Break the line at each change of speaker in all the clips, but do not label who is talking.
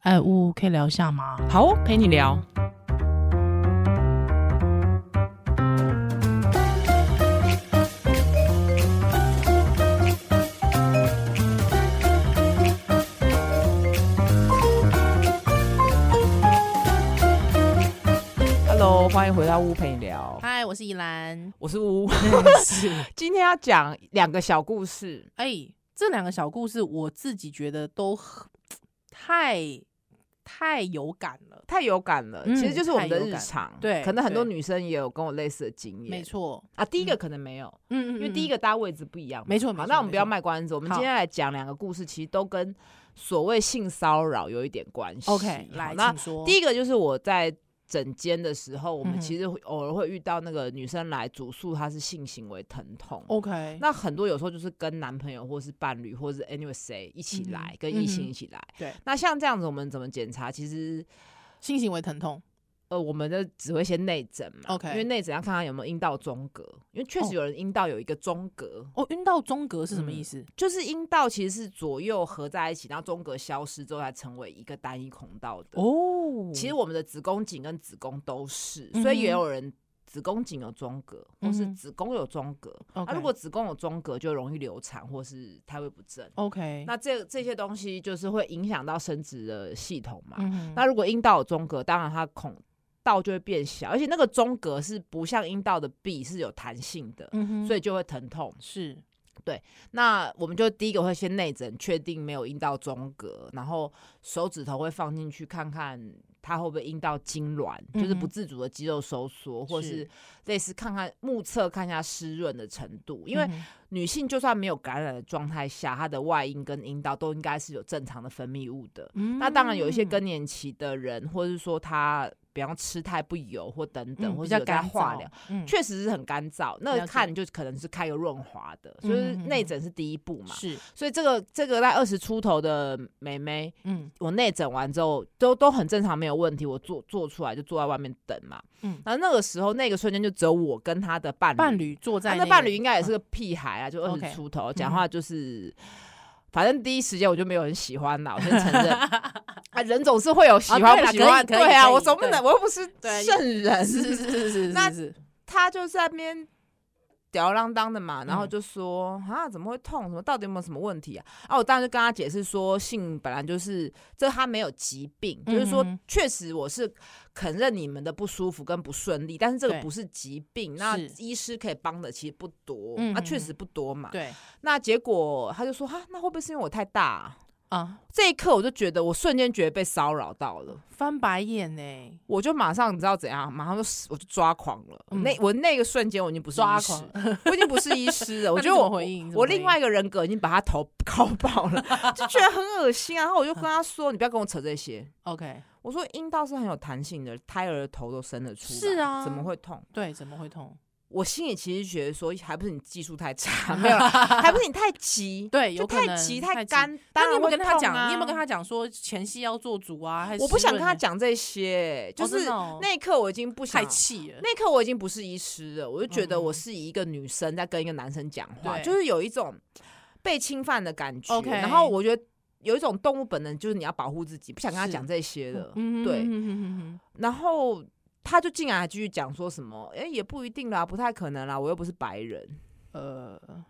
哎，呜，可以聊一下吗？
好哦，陪你聊。Hello，欢迎回到屋陪你聊，
嗨，我是依兰。
我是屋。
嗯是，
今天要讲两个小故事，
哎，这两个小故事我自己觉得都很太太有感了。
太有感了，
嗯
其实就是我们的
太有
日
感
常。
对
可能很多
对
女生也有跟我类似的经验。
没错，
啊，第一个可能没有，
嗯嗯，
因为第一
个
个大家位置不一样嘛。
没错，没
好，
错
那我们不要。
没错
卖关子，我们
好
今天来讲两个故事，其实都跟所谓性骚扰有一点关系。
OK，
好
来，
那
请说。
第
一，
一个就是我在诊间的时候，我
嗯
们
哼
其实会偶尔会遇到那个女生来主诉她是性行为疼痛。
OK，
那很多有时候就是跟男朋友或是伴侣或是 anyway 谁一起来，
嗯哼
跟异
嗯
性
哼
一起来。
对
那像这样子，我们怎么检查？其实
性行为疼痛，
呃，我们就只会先内诊嘛
OK
因为内诊要看他有没有阴道中隔，因为确
哦
实有人阴道有一个中隔，
哦，晕到中隔是什么意思？
就是阴道其实是左右合在一起，然后中隔消失之后才成为一个单一孔道的。
哦，
嗯其实我们的子宫颈跟子宫都是，所以
嗯
也
哼
有人子宫颈有中隔，或是
嗯哼
子宫有中隔。那、
OK
如果子宫有中隔，就容易流产或是胎位不正。
OK，
那这这些东西就是会影响到生殖的系统嘛？
嗯
那如果阴道有中隔，当然它孔道就会变小，而且那个中隔是不像阴道的壁是有弹性的，
那
所
以
以就会疼痛。
嗯是
那我们就第一个会先内诊，确定没有阴道中隔，然后手指头会放进去看看。它会不会阴道痉挛，就是
嗯哼
不自主的肌肉收缩，或
是
是类似看看目测看一下湿润的程度。因为
嗯
女性就算没有感染的状态下，她的外阴跟阴道都应该是有正常的分泌物的。
嗯
那当然有一些更年期的人，或者是说他比方吃太不油或等等，
嗯
或
比
者
较
有在
干
化
燥
疗，，
嗯
确实是很干燥。那
了
个
解
看就可能是开个润滑的，
嗯
所以
嗯嗯
内诊是第一步嘛。
是
所以这个这个在二十出头的妹妹，
嗯
我内诊完之后都都很正常，没有问题。我做做出来就坐在外面等嘛。
嗯，
然后那个时候那个瞬间就只有我跟她的伴侣，
伴侣坐在
啊
个嗯
那伴侣应该也是个屁孩啊，就二
OK 嗯
十出头，讲话就是，反正第一时间我就没有很喜欢啦，我先承 认。啊，人总是会有喜
啊
欢
对
不
啦
喜欢，
可以可以
对啊，
可以
我总不能，
对
我又不是
对
圣
是是
人。
是是是，
那
是
他就在那边吊儿郎当的嘛，然后
嗯
就说啊，怎么会痛？什么到底有没有什么问题啊？啊，我当时就跟他解释说，性本来就是这，他没有疾病，就是说
嗯哼
确实我是肯认你们的不舒服跟不顺利，但是这个
对
不是疾病，那
是
医师可以帮的其实不多，
嗯
啊，
嗯
确
嗯
实不多嘛。
对
那结果他就说啊哈，那会不会是因为我太大啊、
啊，
这一刻我就觉得，我瞬间觉得被骚扰到了，
翻白眼欸呢，
我就马上你知道怎样，马上就我就抓狂了。
嗯
那我那个瞬间我已经不是医师， 我已经不是医师了。我
那你
觉
怎
得我
么回应你怎么
我
回
另外一个人格已经把他头搞爆 了，就觉得很恶心啊。然后我就跟他说：“你不要跟我扯这些。
OK，”
我说：“阴道是很有弹性的，胎儿的头都伸得出来，
是啊
怎么会痛？”
对，怎么会痛？
我心里其实觉得说，还不是你技术 太差，没有啦，还不是你太急，
对，
就
有可
太
能
急
太
太
急。
干。
那
当
你
然
有没有
会
跟他
痛
讲？
啊
你有没有跟他讲说前戏要做足啊？还是
我不想跟他
湿润
讲这些，
的，
就
哦真
是
的哦
那一刻我已经不想
太。气了。
那一刻我已经不是医师了，我就觉得
嗯
我是以一个女生在跟一个男生讲话，
对
就是有一种被侵犯的感觉。
OK
然后我觉得有一种动物本能，就是你要保护自己，不想跟他
是
讲这些了。
嗯
对
嗯嗯嗯嗯
然后他就竟然还继续讲说什么，哎、也不一定啦，不太可能啦，我又不是白人。
嗯呃，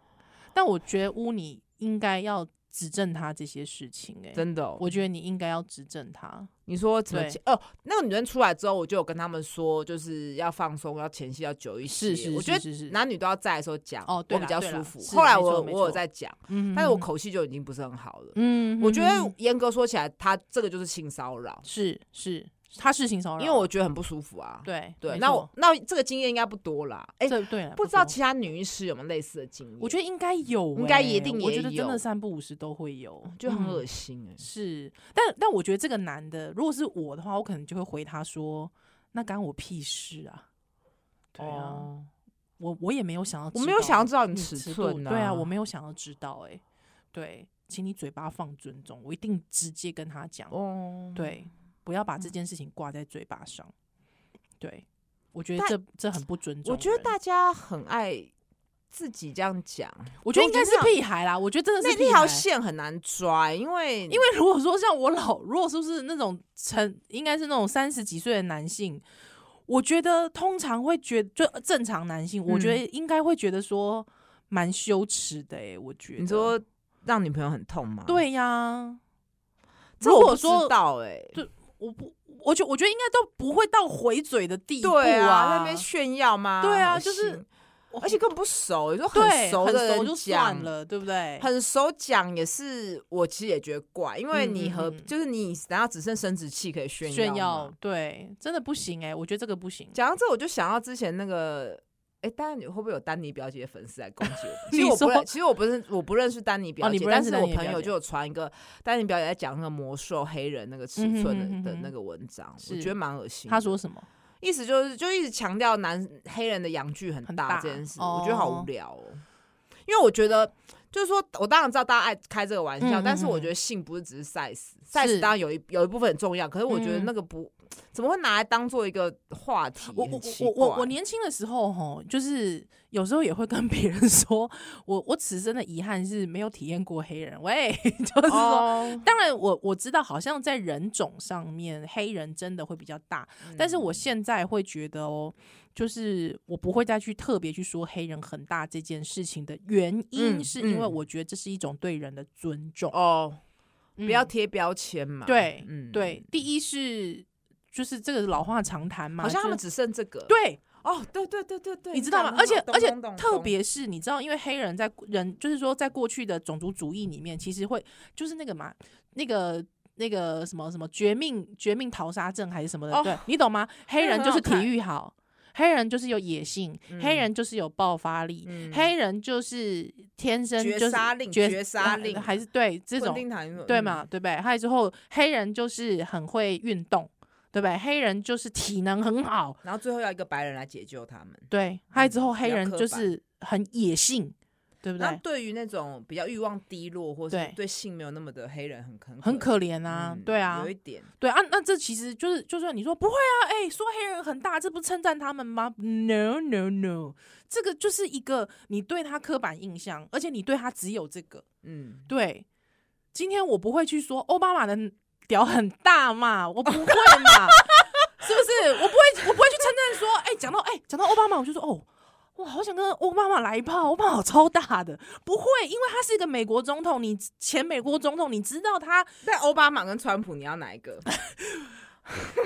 但我觉得乌你应该要指正他这些事情，哎，
真的哦、
我觉得你应该要指正他。
你说怎么
对
前？哦，那个女人出来之后，我就有跟他们说，就是要放松，要前戏要久一些。
是是，
我觉得
是是，
男女都要在的时候讲，
哦对
我
啦
比较
对啦
舒服。
是
后来
没错
我
没
我有
错
在讲，
嗯
但是我，口气就已经不是很好了。
嗯嗯嗯
我觉
嗯
得
嗯
严格说起来，他这个就是性骚扰，
是是，他是性骚扰，
因为我觉得很不舒服啊。
对
对，
没
那
错
我那这个经验应该不多啦。哎，
这对啊啦
不知道
多
其他女医师有没有类似的经验？
我觉得应该有欸、
应该一定
我
也
觉得真
有嗯
的三不五十都会有，
就很恶
心、
心哎。
嗯是，但但我觉得这个男的，如果是我的话，我可能就会回他说：“那干我屁事啊！”对啊，
哦，
我我也没有想要知
我
道，
没有想要知道你
你
尺
度
寸
对啊，我没有想要知道、欸，哎，对，请你嘴巴放尊重，我一定直接跟他讲，
哦，嗯
对，不要把这件事情挂在嘴巴上，对。我觉得
但
这这很不尊重人。
我觉得大家很爱自己这样讲，
我觉得应该是
那
屁孩啦，我觉得真的
那
是
那
屁
条
孩。
线很难抓，欸因为
因为如果说像我老，如果说是那种成，应该是那种三十几岁的男性，我觉得通常会觉就正常男性，我觉
嗯
得应该会觉得说蛮羞耻的诶、欸我觉得
你说让女朋友很痛吗？，
对呀，
这
如
我
果
不知
说
道哎，
我不，我觉我觉得应该都不会到回嘴的地步
对啊，在
啊
那边炫耀吗？
对啊
恶
就是
心
我
而且根本不熟，你说
对
熟的人
熟就
讲
算，了，欸对不对？
很熟讲也是，我其实也觉得怪，因为
嗯
你
嗯
和
嗯
就是你难道只剩生殖器可以炫
炫
耀
耀
吗？
对，真的不行哎、我觉得这个不行。
讲到这，我就想到之前那个。哎，当然你会不会有丹尼表姐的粉丝来攻击 我？其实
你
我不认，
说哦
其实我不是我不认识丹尼表
你
姐，
不认
但
识
是
丹
我
尼表
朋友
姐
就有传一个丹尼表姐在讲那个魔兽黑人那个尺
嗯哼
寸的、
哼哼
的
哼
那个文章，我
是
觉得蛮恶心的。
他说什么？
意思就是就一直强调男黑人的阳具很
很
大
大
这件事，
哦
我觉得好无聊哦。因为我觉得，就是说我当然知道大家爱开这个玩笑，
嗯嗯
但是我
嗯
觉得性不是只是 size，size 当然有一有一部分很重要，可是我觉得
嗯
那个不、怎么会拿来当做一个话题？
我
很
我
奇
我我我
怪
年轻的时候吼，就是有时候也会跟别人 说，我我此生的遗憾是没有体验过黑人。喂， 就是说。
哦
当然我我知道，好像在人种上面，黑人真的会比较大。
嗯
但是我现在会觉得哦，就是我不会再去特别去说黑人很大这件事情的原因，
嗯
是因为
嗯
我觉得这是一种对人的尊重。
哦，
嗯
不要贴标签嘛。
对
嗯
对，，第一是就是这个老话常谈嘛，
好像他们
就
只剩这个。
对，
哦，对对对对对，
你知道吗
讲？得
而且
好
而且
懂懂懂
特
懂
别是你知道，因为黑人在人就是说在过去的种族主义里面，其实会就是那个嘛，那个。那个什么什么绝命绝命逃杀症还是什么的，
哦
对你懂吗？黑
个
人
很
就
好
是体
看
育好，黑人就是有野性，黑
嗯
人就是有爆发力，
嗯
黑人就是天生
绝
就是
杀令绝杀
啊
令
还是对这
稳
种
定谈论
对
嗯
嘛，对不对？还有之后黑人就是很会运动，对不对？黑人就是体能很好，
然后最后要一个白人来解救他们。
对。还有之后
嗯比
黑
较
人
刻
就
板
是很野性，对不
那
对？
对于那种比较欲望低落或是
对
对性没有那么的黑人很很
很
可
可怜啊，
嗯
对啊
有一，点
对啊，那这其实就是，就算你说不会啊，哎、说黑人很大，这不称赞他们吗？No No No，这个就是一个你对他刻板印象，而且你对他只有这个，
嗯，
对，今天我不会去说奥巴马的屌很大嘛，我不会嘛，是不是？我不会，我不会去称赞说，哎、讲到哎，讲、到奥巴马，我就说哦。哇，好想跟奥巴马来一炮！奥巴马超大的，不会，因为他是一个美国总统，你前美国总统，你知道他，
但奥巴马跟川普你要哪一个？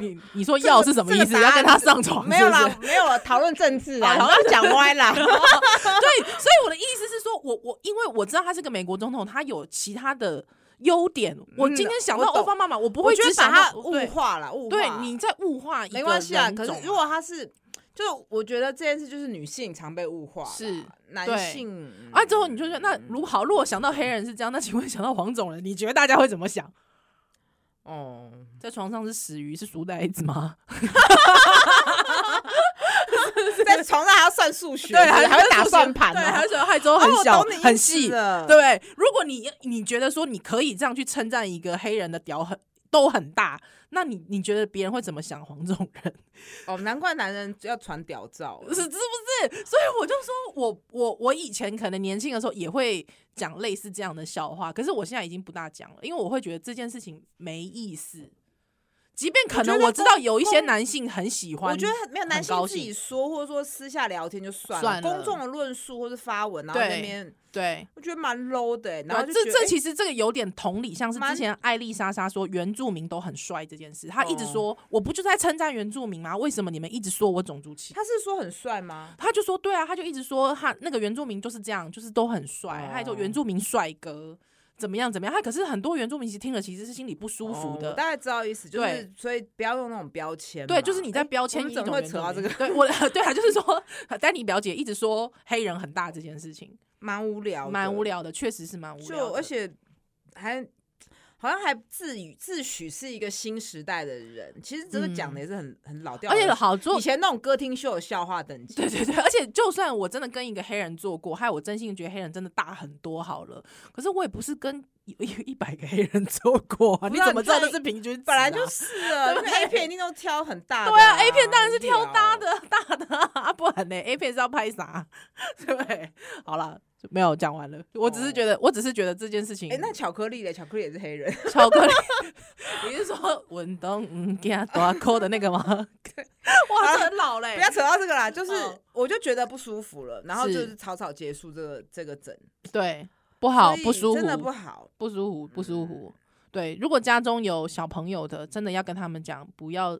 你你说要是什么意思？
这个答
要
案
跟他上床？
没有
哦是不是
啦，没有了，讨论政治啦，
哦
然后讲歪啦。
对，所以我的意思是说，我我因为我知道他是个美国总统，他有其他的优点。我今天想到
嗯我懂
奥巴马，我不
我
会
觉
只
得把
想
他
到
物
对
化了，物化。
对，你在物化一个
没关系啊。
人
可
种
是如
嘛
果他是，就我觉得这件事就是女性常被物化啦，
是
男
对
性
啊，之后你就说，那
嗯
如好，如果想到黑人是这样，那请问想到黄种人，你觉得大家会怎么想？
哦，
在床上是死鱼，是书呆子 吗？
在床上还要算数学，是不是还
会
会打算盘
对，
哦
还。说害州
哦
很
我
小
懂你、意
很
思
细，
了
对。如果你你觉得说你可以这样去称赞一个黑人的屌很都很大，那你你觉得别人会怎么想黄种人？
哦，难怪男人要传屌照 了。
是是不是？所以我就说我我我以前可能年轻的时候也会讲类似这样的笑话，可是我现在已经不大讲了，因为我会觉得这件事情没意思。即便可能
我觉得
我知道
公
有一些男性很喜欢，
我觉得没有男
很
性
高
自
兴
己说，或者说私下聊天就算了，
算了
公众的论述或是发文，然后那
对
边
对，
我觉得蛮 low 的、欸，然
然
后
后
就
这
觉得
这
欸
其实这个有点同理，像是
蛮
之前艾丽莎莎说原住民都很帅这件事，她一直
哦
说我不就在称赞原住民吗？为什么你们一直说我种族歧视？
他是说很帅吗？
他就说对啊，他就一直说他那个原住民就是这样，就是都很帅，
哦
他就原住民帅哥怎么样怎么样。他可是很多原住民其实听了其实是心里不舒服
哦
的。
我大概知道意思，就是
对
所以不要用那种标签嘛。
对，就是你在
欸
标签
我
一
们
种
怎么会扯到这个
原住民？对，我 对啊，就是说丹尼表姐一直说黑人很大这件事情，
蛮无聊，
蛮无，聊的，确实是蛮无聊
就
的。
而且还好像还自诩自诩是一个新时代的人，其实这个讲的也是很、很老调
嗯而
的，
且好做
以前那种歌厅秀的笑话等级，
对对对，而且就算我真的跟一个黑人做过，还有我真心觉得黑人真的大很多好了，可是我也不是跟有有一百个黑人做过啊、
不
你
是啊
怎么
你
知道
看
那是平均值啊、
本来就是
对
啊，
不
那
对
A 片一定都挑很大的、
对啊，A 片当然是挑
无聊
大的 大的啊，不然呢？A 片是要拍啥？ 对，好了，就没有讲完了。我只是觉得，我只是觉得这件事情，
哎、哦那巧克力嘞？巧克力也是黑人，
巧克力， 你是说文东嗯给他多扣的那个吗？ 哇，这很老嘞、
啊 不要扯到这个啦。就是
嗯
我就觉得不舒服了，然后
是
就是草草结束这个这个整，
对，不好，
所以
不舒服，
真的不好。
不舒服，不舒服。
嗯
对，如果家中有小朋友的，真的要跟他们讲，不要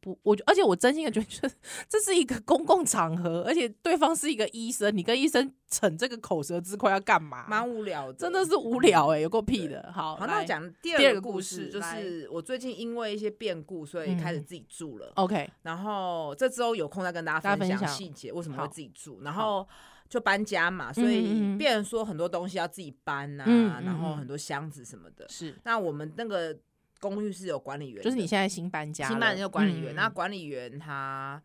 不，我而且我真心的觉得，就是这 是一个公共场合，而且对方是一个医生，你跟医生逞这个口舌之快要干嘛？
蛮无聊的，
真的是无聊哎、有够屁的。好，
好，那
来
我讲
第
第二
二个
个
故
故事，
事
就
来嗯
是我最近因为一些变故，所以开始自己住了。
OK，
然后这周有空再跟大
大家
家
分
分享
享
细节，为什么
好
会自己住，然后就搬家嘛，
嗯
所
嗯
以
嗯
变成说很多东西要自己搬呐、
嗯嗯嗯
然后很多箱子什么的。
是，
那我们那个公寓是有管理员的，
就是你现在新搬家了，
新办的那个管理员，
嗯
那管理员他。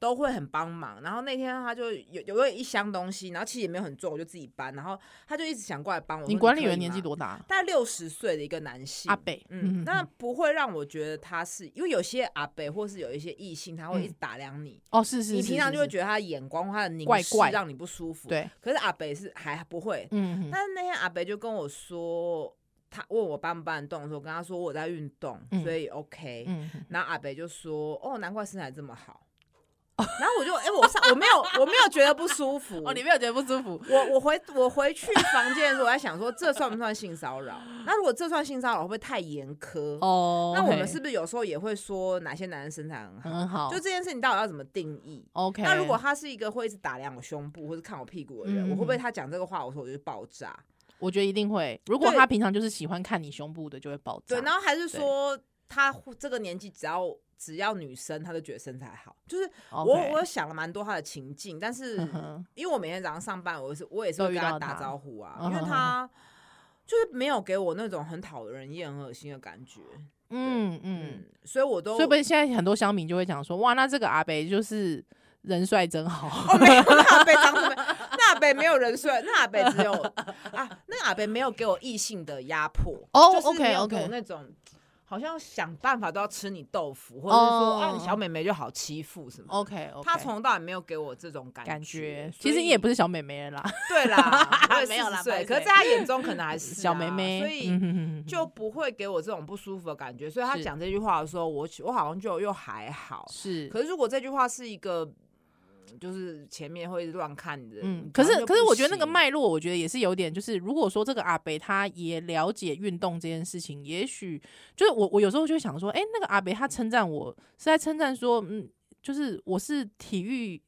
都会很帮忙，然后那天他就有有一箱东西，然后其实也没有很重，我就自己搬，然后他就一直想过来帮我。
你
我说
管理
可以
员年纪
吗
多大？
大概六十岁的一个男性
阿北，
嗯，那
嗯
不会让我觉得他是因为有些阿北或是有一些异性，他会一直打量你，
哦，是是，
你
是
平常
是
就会
是
觉得他的眼光或他的凝
怪
视
怪
让你不舒服。，
对，
可是阿北是还不会，
嗯，嗯
但是那天阿北就跟我说，他问我搬不搬动的时候，我跟他说我在运动，
嗯
所以 OK。
嗯，嗯
然后阿北就说：“哦，难怪身材这么好。”然后我就哎、我上我没有我没有觉得不舒服。
哦哦，你没有觉得不舒服？
我我回我回去房间的时候，我在想说，这算不算性骚扰？那如果这算性骚扰，会不会太严苛？
哦，
那我们
OK
是不是有时候也会说哪些男人身材很好？
很好，
就这件事情到底要怎么定义？
OK。
那如果他是一个会一直打量我胸部或者看我屁股的人，
嗯
我会不会他讲这个话，我说我就爆炸？
我觉得一定会。如果
对
他平常就是喜欢看你胸部的，就会爆炸。
对，然后还是说他这个年纪只要只要女生，他就觉得身材好。就是我
OK
我想了蛮多他的情境，但是
嗯哼
因为我每天早上上班，我是我也是
都
会
遇
跟他
到
打
他
招呼啊，
嗯
因为
哼
他就是没有给我那种很讨人厌、很恶心的感觉。
嗯嗯，
嗯，所以我都
所以不是现在很多乡民就会讲说，哇，那这个阿北就是人帅真好。
哦，没有，那阿北长什么？那阿北没有人帅，那阿北 只有啊，那个阿北没有给我异性的压迫
哦
就是没有
OK，OK
给我那种好像想办法都要吃你豆腐，或者是说、
哦
啊，你小美眉就好欺负什么。
OK OK，
他从头到尾没有给我这种感
感
觉
觉，其实你也不
是
是小美眉了啦，
对 啦，我也
没有啦
40岁
白
可是
水
在他眼中可能还是啊、
小妹妹，
所以
嗯哼哼哼
就不会给我这种不舒服的感觉。所以他
是
讲这句话的时候，我我好像就又还好，
是。
可是如果这句话是一个，嗯就是前面会乱看的，
嗯
你，
可
好像
是
就
可是
不
我觉得那个
行，
脉络，我觉得也是有点，就是如果说这个阿北他也了解运动这件事情，也许就是我我有时候就会想说，哎、那个阿北他称赞我是在称赞说，嗯，就是我是体育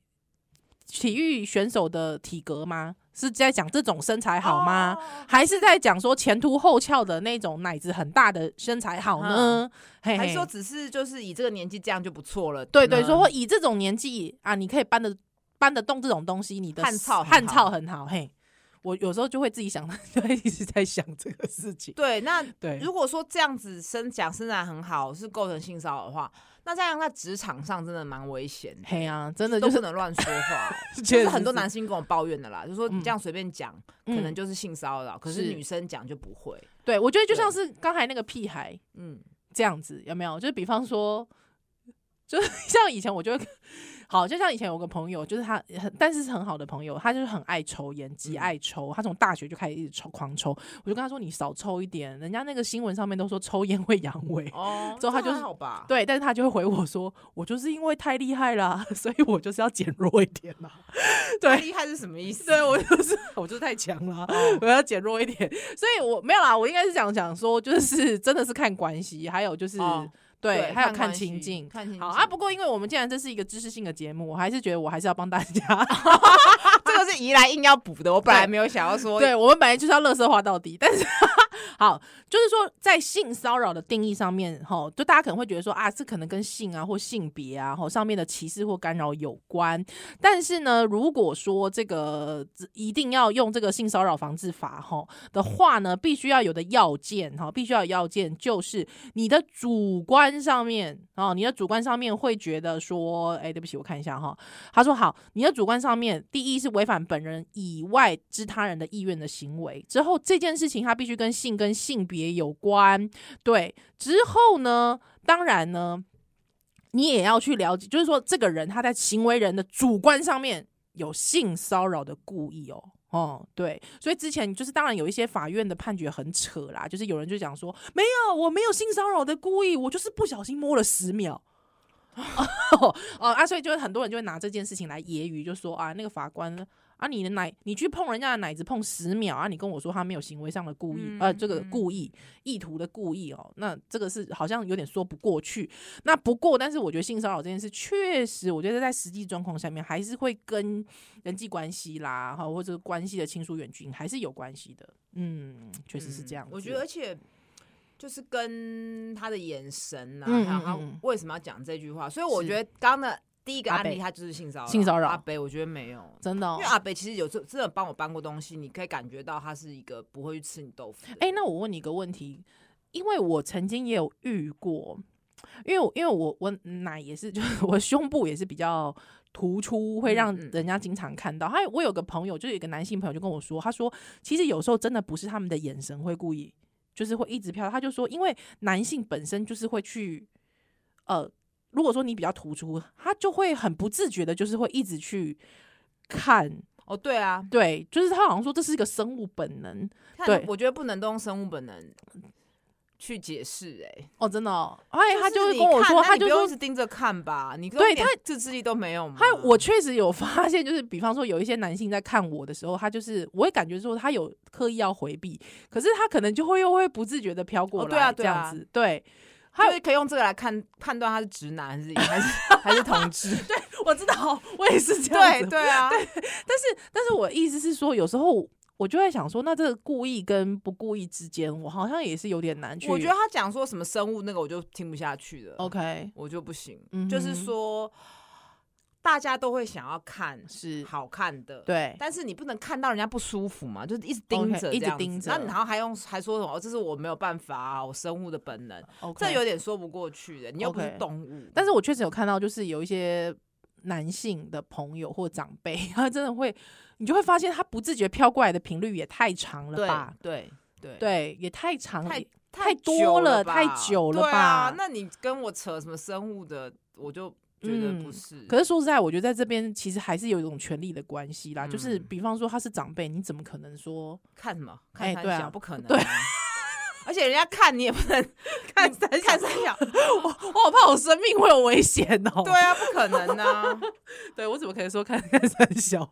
体育选手的体格吗？是在讲这种身材好吗？
哦
还是在讲说前凸后翘的那种奶子很大的身材好呢？嘿
还
嘿
说只是就是以这个年纪这样就不错了呢？
对对，说以这种年纪啊，你可以搬得搬得动这种东西，你的
汗臭很
汗
好
臭很好。嘿，我有时候就会自己想， 就会一直在想这个事情。
对。那
对，
如果说这样子身讲身材很好是构成性骚扰的话，那这样在职场上真的蛮危险的，
嘿啊，真的
都
就
不
是
能乱说话。
确
就
实
是
是
很多男性跟我抱怨的啦，就说你
嗯
这样随便讲，可能
嗯
就是性骚扰，可是
是
女生讲就不会。
对我觉得就
对
像是刚才那个屁孩
嗯，
这样子，有没有？就是比方说，就是 像以前我就会。好，就像以前有个朋友，就是他很，但是是很好的朋友，他就是很爱抽烟，极
嗯
爱抽。他从大学就开始一直抽，狂抽。我就跟他说：“你少抽一点，人家那个新闻上面都说抽烟会阳痿。”
哦，
之后他
这还
就是
好吧？
对，但是他就会回我说：“我就是因为太厉害啦， 所以我就是要减弱一点啦。对
厉害是什么意思？
对我就是 我就是太强了，
哦
我要减弱一点。所以我没有啦，我应该是想讲说，就是真的是看关系，还有就是、
哦
对，还有看
看关
情
系
境。
看情境。
好啊，不过因为我们既然这是一个知识性的节目，我还是觉得我还是要帮大家。
这个是宜来硬要补的，我本来
对
没有想要说。
对我们本来就是要乐色化到底，但是好，就是说在性骚扰的定义上面，哈，就大家可能会觉得说啊，这可能跟性啊或性别啊，哈上面的歧视或干扰有关。但是呢，如果说这个一定要用这个性骚扰防治法，哈的话呢，必须要有的要件，哈，必须要有要件就是你的主观上面哦，你的主观上面会觉得说，哎，对不起，我看一下哈、他说好，你的主观上面，第一是违反本人以外之他人的意愿的行为，之后这件事情它必须跟性跟跟性别有关。对，之后呢，当然呢，你也要去了解，就是说这个人他在行为人的主观上面有性骚扰的故意哦。哦，对，所以之前就是当然有一些法院的判决很扯啦，就是有人就讲说没有，我没有性骚扰的故意，我就是不小心摸了十秒。 哦哦啊，所以就是很多人就会拿这件事情来揶揄，就说啊，那个法官啊，你的奶，你去碰人家的奶子碰十秒啊，你跟我说他没有行为上的故意，呃，这个
嗯嗯
故意意图的故意哦，那这个是好像有点说不过去。那不过，但是我觉得性骚扰这件事，确实，我觉得在实际状况下面，还是会跟人际关系啦，哈，或者关系的亲疏远近，还是有关系的。嗯，确实是这样子、
我觉得，而且就是跟他的眼神啊，
嗯
还有他
嗯嗯
为什么要讲这句话，所以我
是
觉得刚刚的第一个
阿
案例
北
他就是性骚扰，
性骚扰
阿北我觉得没有。
真的、哦
因为。阿北其实有时候真的帮我搬过东西，你可以感觉到他是一个不会去吃你豆腐的人。
哎、那我问你一个问题，因为我曾经也有遇过，因为我因为我我奶也是，就是我胸部也是比较突出，会
嗯
让
嗯
人家经常看到。还有我有个朋友，就是有一个男性朋友就跟我说，他说其实有时候真的不是他们的眼神会故意，就是会一直飘。他就说，因为男性本身就是会去，呃，如果说你比较突出，他就会很不自觉的，就是会一直去看。
哦，对啊，
对，就是他好像说这是一个生物本能
看
对
我觉得不能都用生物本能去解释、哎，
哦，真的、哦。哎，他就
就是
会
你
跟我
看
说，
那
他
你
就
不用
说
一直盯嗯着看吧，你
对
他
他
自制力都没有吗？
还有，我确实有 发现，就是比方说有一些男性在看我的时候，他就是我会感觉说他有刻意要回避，可是他可能就会又会不自觉的飘过
哦
来，
对啊
这
对啊
样子， 对。还
就
有，
是可以用这个来看判断他是直男还是 还是还是同志。
我知道， 我也是这样
对
子。
对啊，
但是，但是我的意思是说，有时候我就在想说，那这个故意跟不故意之间，我好像也是有点难去。
我觉得他讲说什么生物那个我就听不下去了
OK
我就不行。
嗯哼
就是说，大家都会想要看
是，
好看的，
对，
但是你不能看到人家不舒服嘛，就是一直盯
OK，
着
一直
这样子
盯着
然后你然后还用还说什么？哦这是我没有办法啊，我生物的本能
OK
这有点说不过去的。你又不是
OK
动物，
但是我确实有看到，就是有一些男性的朋友或长辈，他真的会，你就会发现他不自觉飘过来的频率也太长了
对
吧？
对对
对，也太长了。
太
也
太
多
久
了
吧
太久了
对啊
吧
那你跟我扯什么生物的，我就觉得不
嗯
是。
可是说实在，我觉得在这边其实还是有一种权利的关系啦。就是
嗯
比方说他是长辈，你怎么可能 说
看什么？看
哎
三
对啊
小不可能、
对。
而且人家看你也不 能看三看三小，
我好怕我生命会有危险哦、
对啊，不可能 啊。
对我怎么可以说看看三小？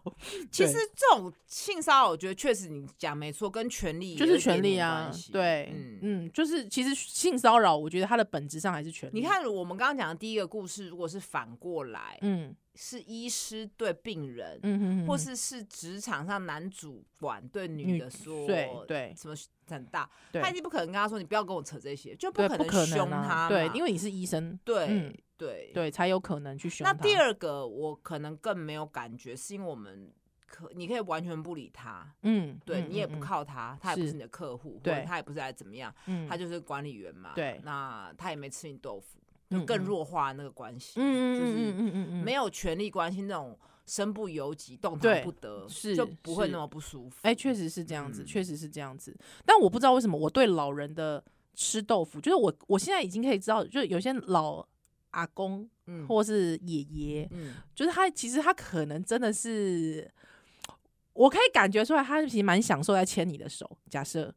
其
对
实这种性骚扰，我觉得确实你讲没错，跟权力
就是
有一点
权利
点
啊
关系，
对，嗯
嗯
就是其实性骚扰，我觉得它的本质上还是权利。
你，看，我们刚刚讲的第一个故事，如果是反过来，
嗯
是医师对病人，
嗯哼哼
或是是职场上男主管对女
女
的说，
对对
什么很大，
对
他一定不可能跟他说你不要跟我扯这些，就
对，
可
不可
凶
能
他
啊，
嘛，
对，因
为
为你是医生，
对、
嗯
对。
对，才有可能去凶
那
他。
第，二个我可能更没有感觉，是因为我们可你可以完全不理他，
嗯，
对、
嗯
你也不，靠他，他也不
是
是你的客户，或
对
者他也不是来怎么样，
嗯嗯
他就是管理员嘛，
对
那他也没吃你豆腐，
嗯
就更
嗯
弱化那个关系，
嗯嗯
就是
嗯嗯嗯嗯，
没
有，
有权力关系那种身不由己、动
对
弹不得，
是
就不会
是
那么不舒服。
哎，确实是这样子，
嗯
确实是这样子。但我不知道为什么我对老人的吃豆腐，就是我我现在已经可以知道，就是有些老阿公
嗯
或是爷爷，
嗯，
就是他其实他可能真的是，我可以感觉出来，他其实蛮享受在牵你的手。假设，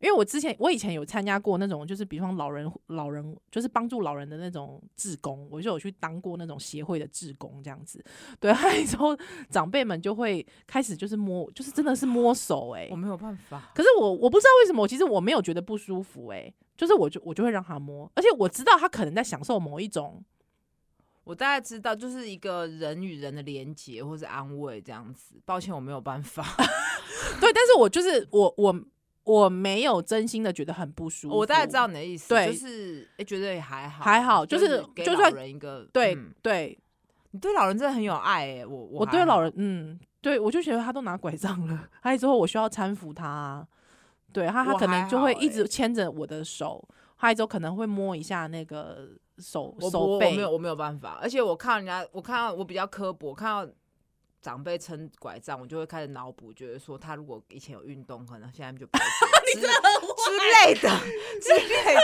因为我之前我以前有参加过那种，就是比方老人老人就是帮助老人的那种志工，我就有去当过那种协会的志工这样子。对， 之后长辈们就会开始就是摸，就是真的是摸手哎、
我没有办法。
可是我我不知道为什么，其实我没有觉得不舒服哎、就是我就我就会让他摸，而且我知道他可能在享受某一种
我大概知道，就是一个人与人的连结或是安慰这样子。抱歉，我没有办法，
对，但是我就是我我我没有真心的觉得很不舒服，
我大概知道。你的意思，
对
就是哎，觉得也还好，
还好
就
就是
给
就
老
算
人一个
对、
嗯
对，
你对老人真的很有爱哎，我我
我
我
对老
人
人，嗯，对我就觉得他都拿拐杖了，还有之后我需要搀扶他啊，对他他
我
可能
还
就会
好
一直
欸
牵着我的手，还有之后可能会摸一下那个手
我不
手
我
背
没，有我没有办法，而且我看到人家，我看到我比较刻薄，我看到。 长辈撑拐杖，我就会开始脑补，觉得说他如果以前有运动，可能现在就不会这样之之类的之类的，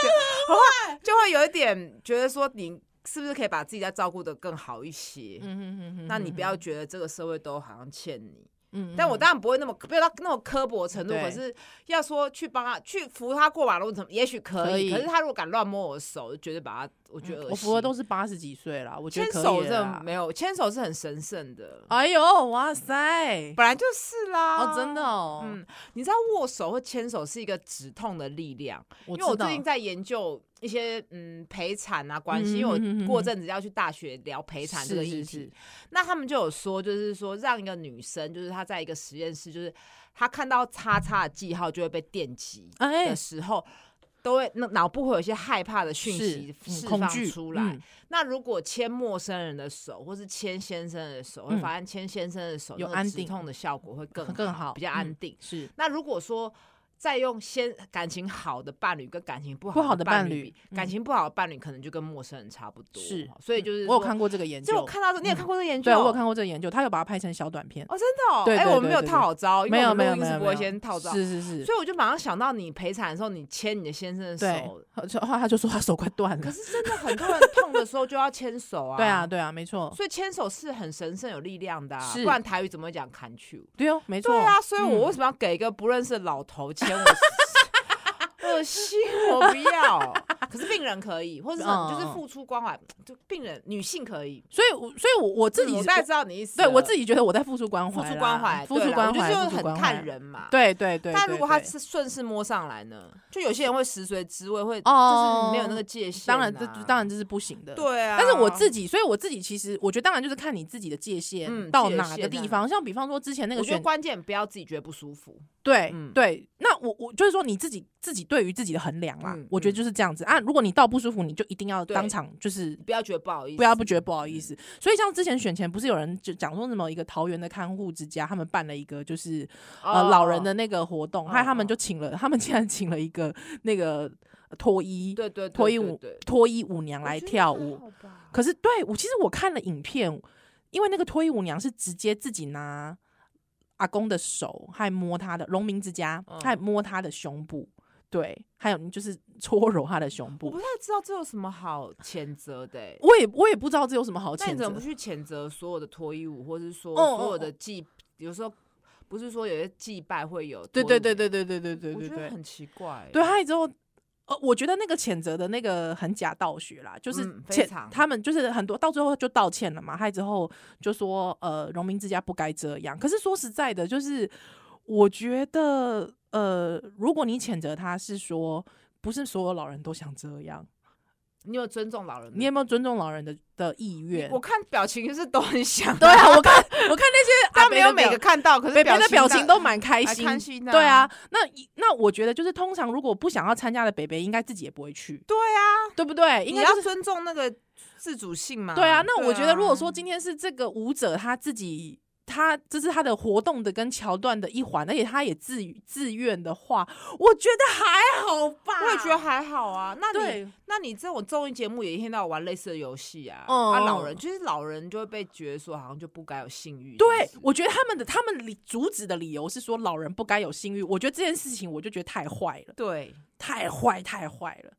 我会就会有一点觉得说，你是不是可以把自己再照顾的更好一些？
嗯哼哼哼
那你不要，觉得这个社会都好像欠你。
嗯
但我当然不会那么不要到那么刻薄的程度，
对
可是要说去帮他去扶他过马路，怎么也许可以。
可以嗯
是他如果敢乱摸我的手，就绝对把他，我觉得恶心、
我服的都是八十几岁了，我觉
牵
得可
手
以
真
了
的
啦。
没有，牵手是很神圣的，
哎呦，哇塞！
本来就是啦。
哦，真的。哦，嗯，
嗯，你知道握手或牵手是一个止痛的力量，
我
因为
知
我
道
最近在研究一些嗯陪产啊关系，
嗯
因为
嗯嗯嗯
我过阵子要去大学聊陪产这个
是
议
是
题
是，
那他们就有说，就是说让一个女生，就是她在一个实验室，就是她看到叉叉的记号就会被电击
哎
的时候，都会那脑部会有一些害怕的讯息
是嗯
释
恐
放
惧
出来。
嗯
那如果牵陌生人的手，或是牵先生的手，会
嗯
发现牵先生的手
有
那个
安
止
定
痛的效果会更
更好
比较
嗯
安定。
是
那如果说再用先感情好的伴侣跟感情不
不好
好
的
伴
伴侣
侣比，感
嗯
情不好的伴侣可能就跟陌生人差不多。
是嗯
所以就是
我有
说
看过这个研
就我
究，
看到这，你
嗯
也看过这研究？哦
对我有看过这个研究，他有把它拍成小短片，
哦，真的、哦？
对
哎、
对
我们
对
没有
对
套好招，因为
没有
我
没
们
有
录音
没
是
有
不
没
会
有
先套招，
是是是，
所以我就马上想到你陪产的时候，你牵你的先生的
对
手，，
然后他就说他手快断
可
了，
是真 的很多人痛的时候就要牵手啊。
对啊，对啊，没错，
所以牵手是很神圣有力量的、啊，
是
不然台语怎么会讲 c a n you？
对哦，没错，
对啊，所以我为
嗯
什么要给一个不认识的老头牵我？ 恶心，我不 要。可是病人可以，或者是
嗯
就是
嗯
付出关怀，就病人女性可以。嗯
所以我所以我我自己
我
是
大概知道你意思
对
了。
我自己觉得我在付出关
付
怀啦，
出关怀，
付
对
出
啦
关
我觉
怀，
得
付出
就是很
关怀
看，人嘛。
对对对，
但如
对
果他
对
是顺势摸上来呢？就有些人会食髓知味，会就是
哦
你没有那个界限、啊
当然这当然这是不行的，
对啊。
但是我自己，所以我自己其实，我觉得当然就是看你自己的界限、
嗯
到
界
哪
限
个
在
地
哪
方。像比方说之前那个
我觉得
选，
关键不要自己觉得不舒服。
对、
嗯
对，那我我就是说你自己自己对于自己的衡量啦，
嗯
我觉得
嗯
就是这样子啊。如果你到不舒服，你就一定要
对嗯
当场就是
不要觉得不好意思，
不要不觉得不好意思。所以像之前选前不是有人就讲说什么一个桃园的看护之家，他们办了一个就是、呃
哦
老人的那个活动，
哦
还有他们
哦
就请了，他们竟然请了一个那个脱衣
对对对
脱衣
对
舞
对
脱衣舞娘
我
来
觉得
跳
还
舞。
好吧
可是对我，其实我看了影片，因为那个脱衣舞娘是直接自己拿阿公的手，还摸他的农民之家，
嗯
还摸他的胸部，对，还有就是搓揉他的胸
我
部
不。太知道这有什么好谴责的、欸。
我也我也不知道这有什么好
那
谴
你怎
责
么不。去谴责所有的脱衣舞，或是说
哦
所有
哦
的
哦
祭？有时候不是说有些祭拜会有？
对对对，对对对对对
我
对
觉得
对，
很奇怪、欸。
对，还有之后。呃，我觉得那个谴责的那个很假道学啦，就是
嗯非
谴、
常
他们就是很多到最后就道歉了嘛，还之后就说呃农民之家不该这样。可是说实在的，就是我觉得呃，如果你谴责他是说不是所有老人都想这样，
你有尊重老人的？
你有没有尊重老人的的意愿？
嗯我看表情就是都很想，
对啊，我看我看那些阿
但
伯
没有
的
每
表
个看到，可是
北北的表情
大
都蛮开
还
心，
看戏呢
对啊，那一那我觉得就是通常如果不想要参加的北北，应该自己也不会去，
对啊，
对不对？应
你
该
要
就是
尊重那个自主性嘛。
对啊。那我觉得如果
啊
说今天是这个舞者他自己。他这是他的活动的跟桥段的一环，而且他也自自愿的话，我觉得还好吧。
我也觉得还好啊，那你
对
那你这种综艺节目也一天到晚玩类似的游戏啊，
嗯
啊老人就是老人就会被觉得说好像就不该有性欲，
对，我觉得他们的他们理主旨的理由是说老人不该有性欲，我觉得这件事情我就觉得太坏了。
对，
太坏太坏了。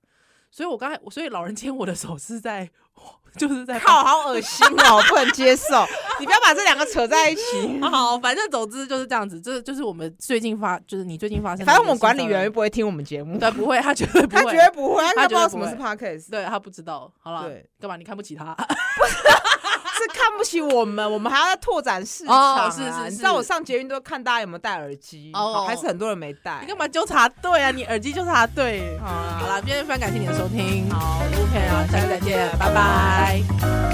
所以我刚才，所以老人牵我的手是在， 就是在
靠，好恶心 哦，不能接受，你不要把这两个扯在一起。
好，反正总之就是这样子，这就是我们最近发，就是你最近发生的。
反正我们管理员又不会听我们节目，
对不会，他绝对不
他
会，
绝对不会，他应该
他
不
绝
知道
对不
什么
会
是 podcast，
对他不知道。好了
对，
干嘛你看不起他？
是看不起我们，我们还要拓展市场 啊。
哦是是
你知
是
道我上捷运都看大家有没有戴耳机，
哦
好还是很多人没 戴。
你干嘛纠察队啊？你耳机纠察队。
好啦
好啦，今天非常感谢你的收听，
好
我是 Ken 啊，下次再见，拜拜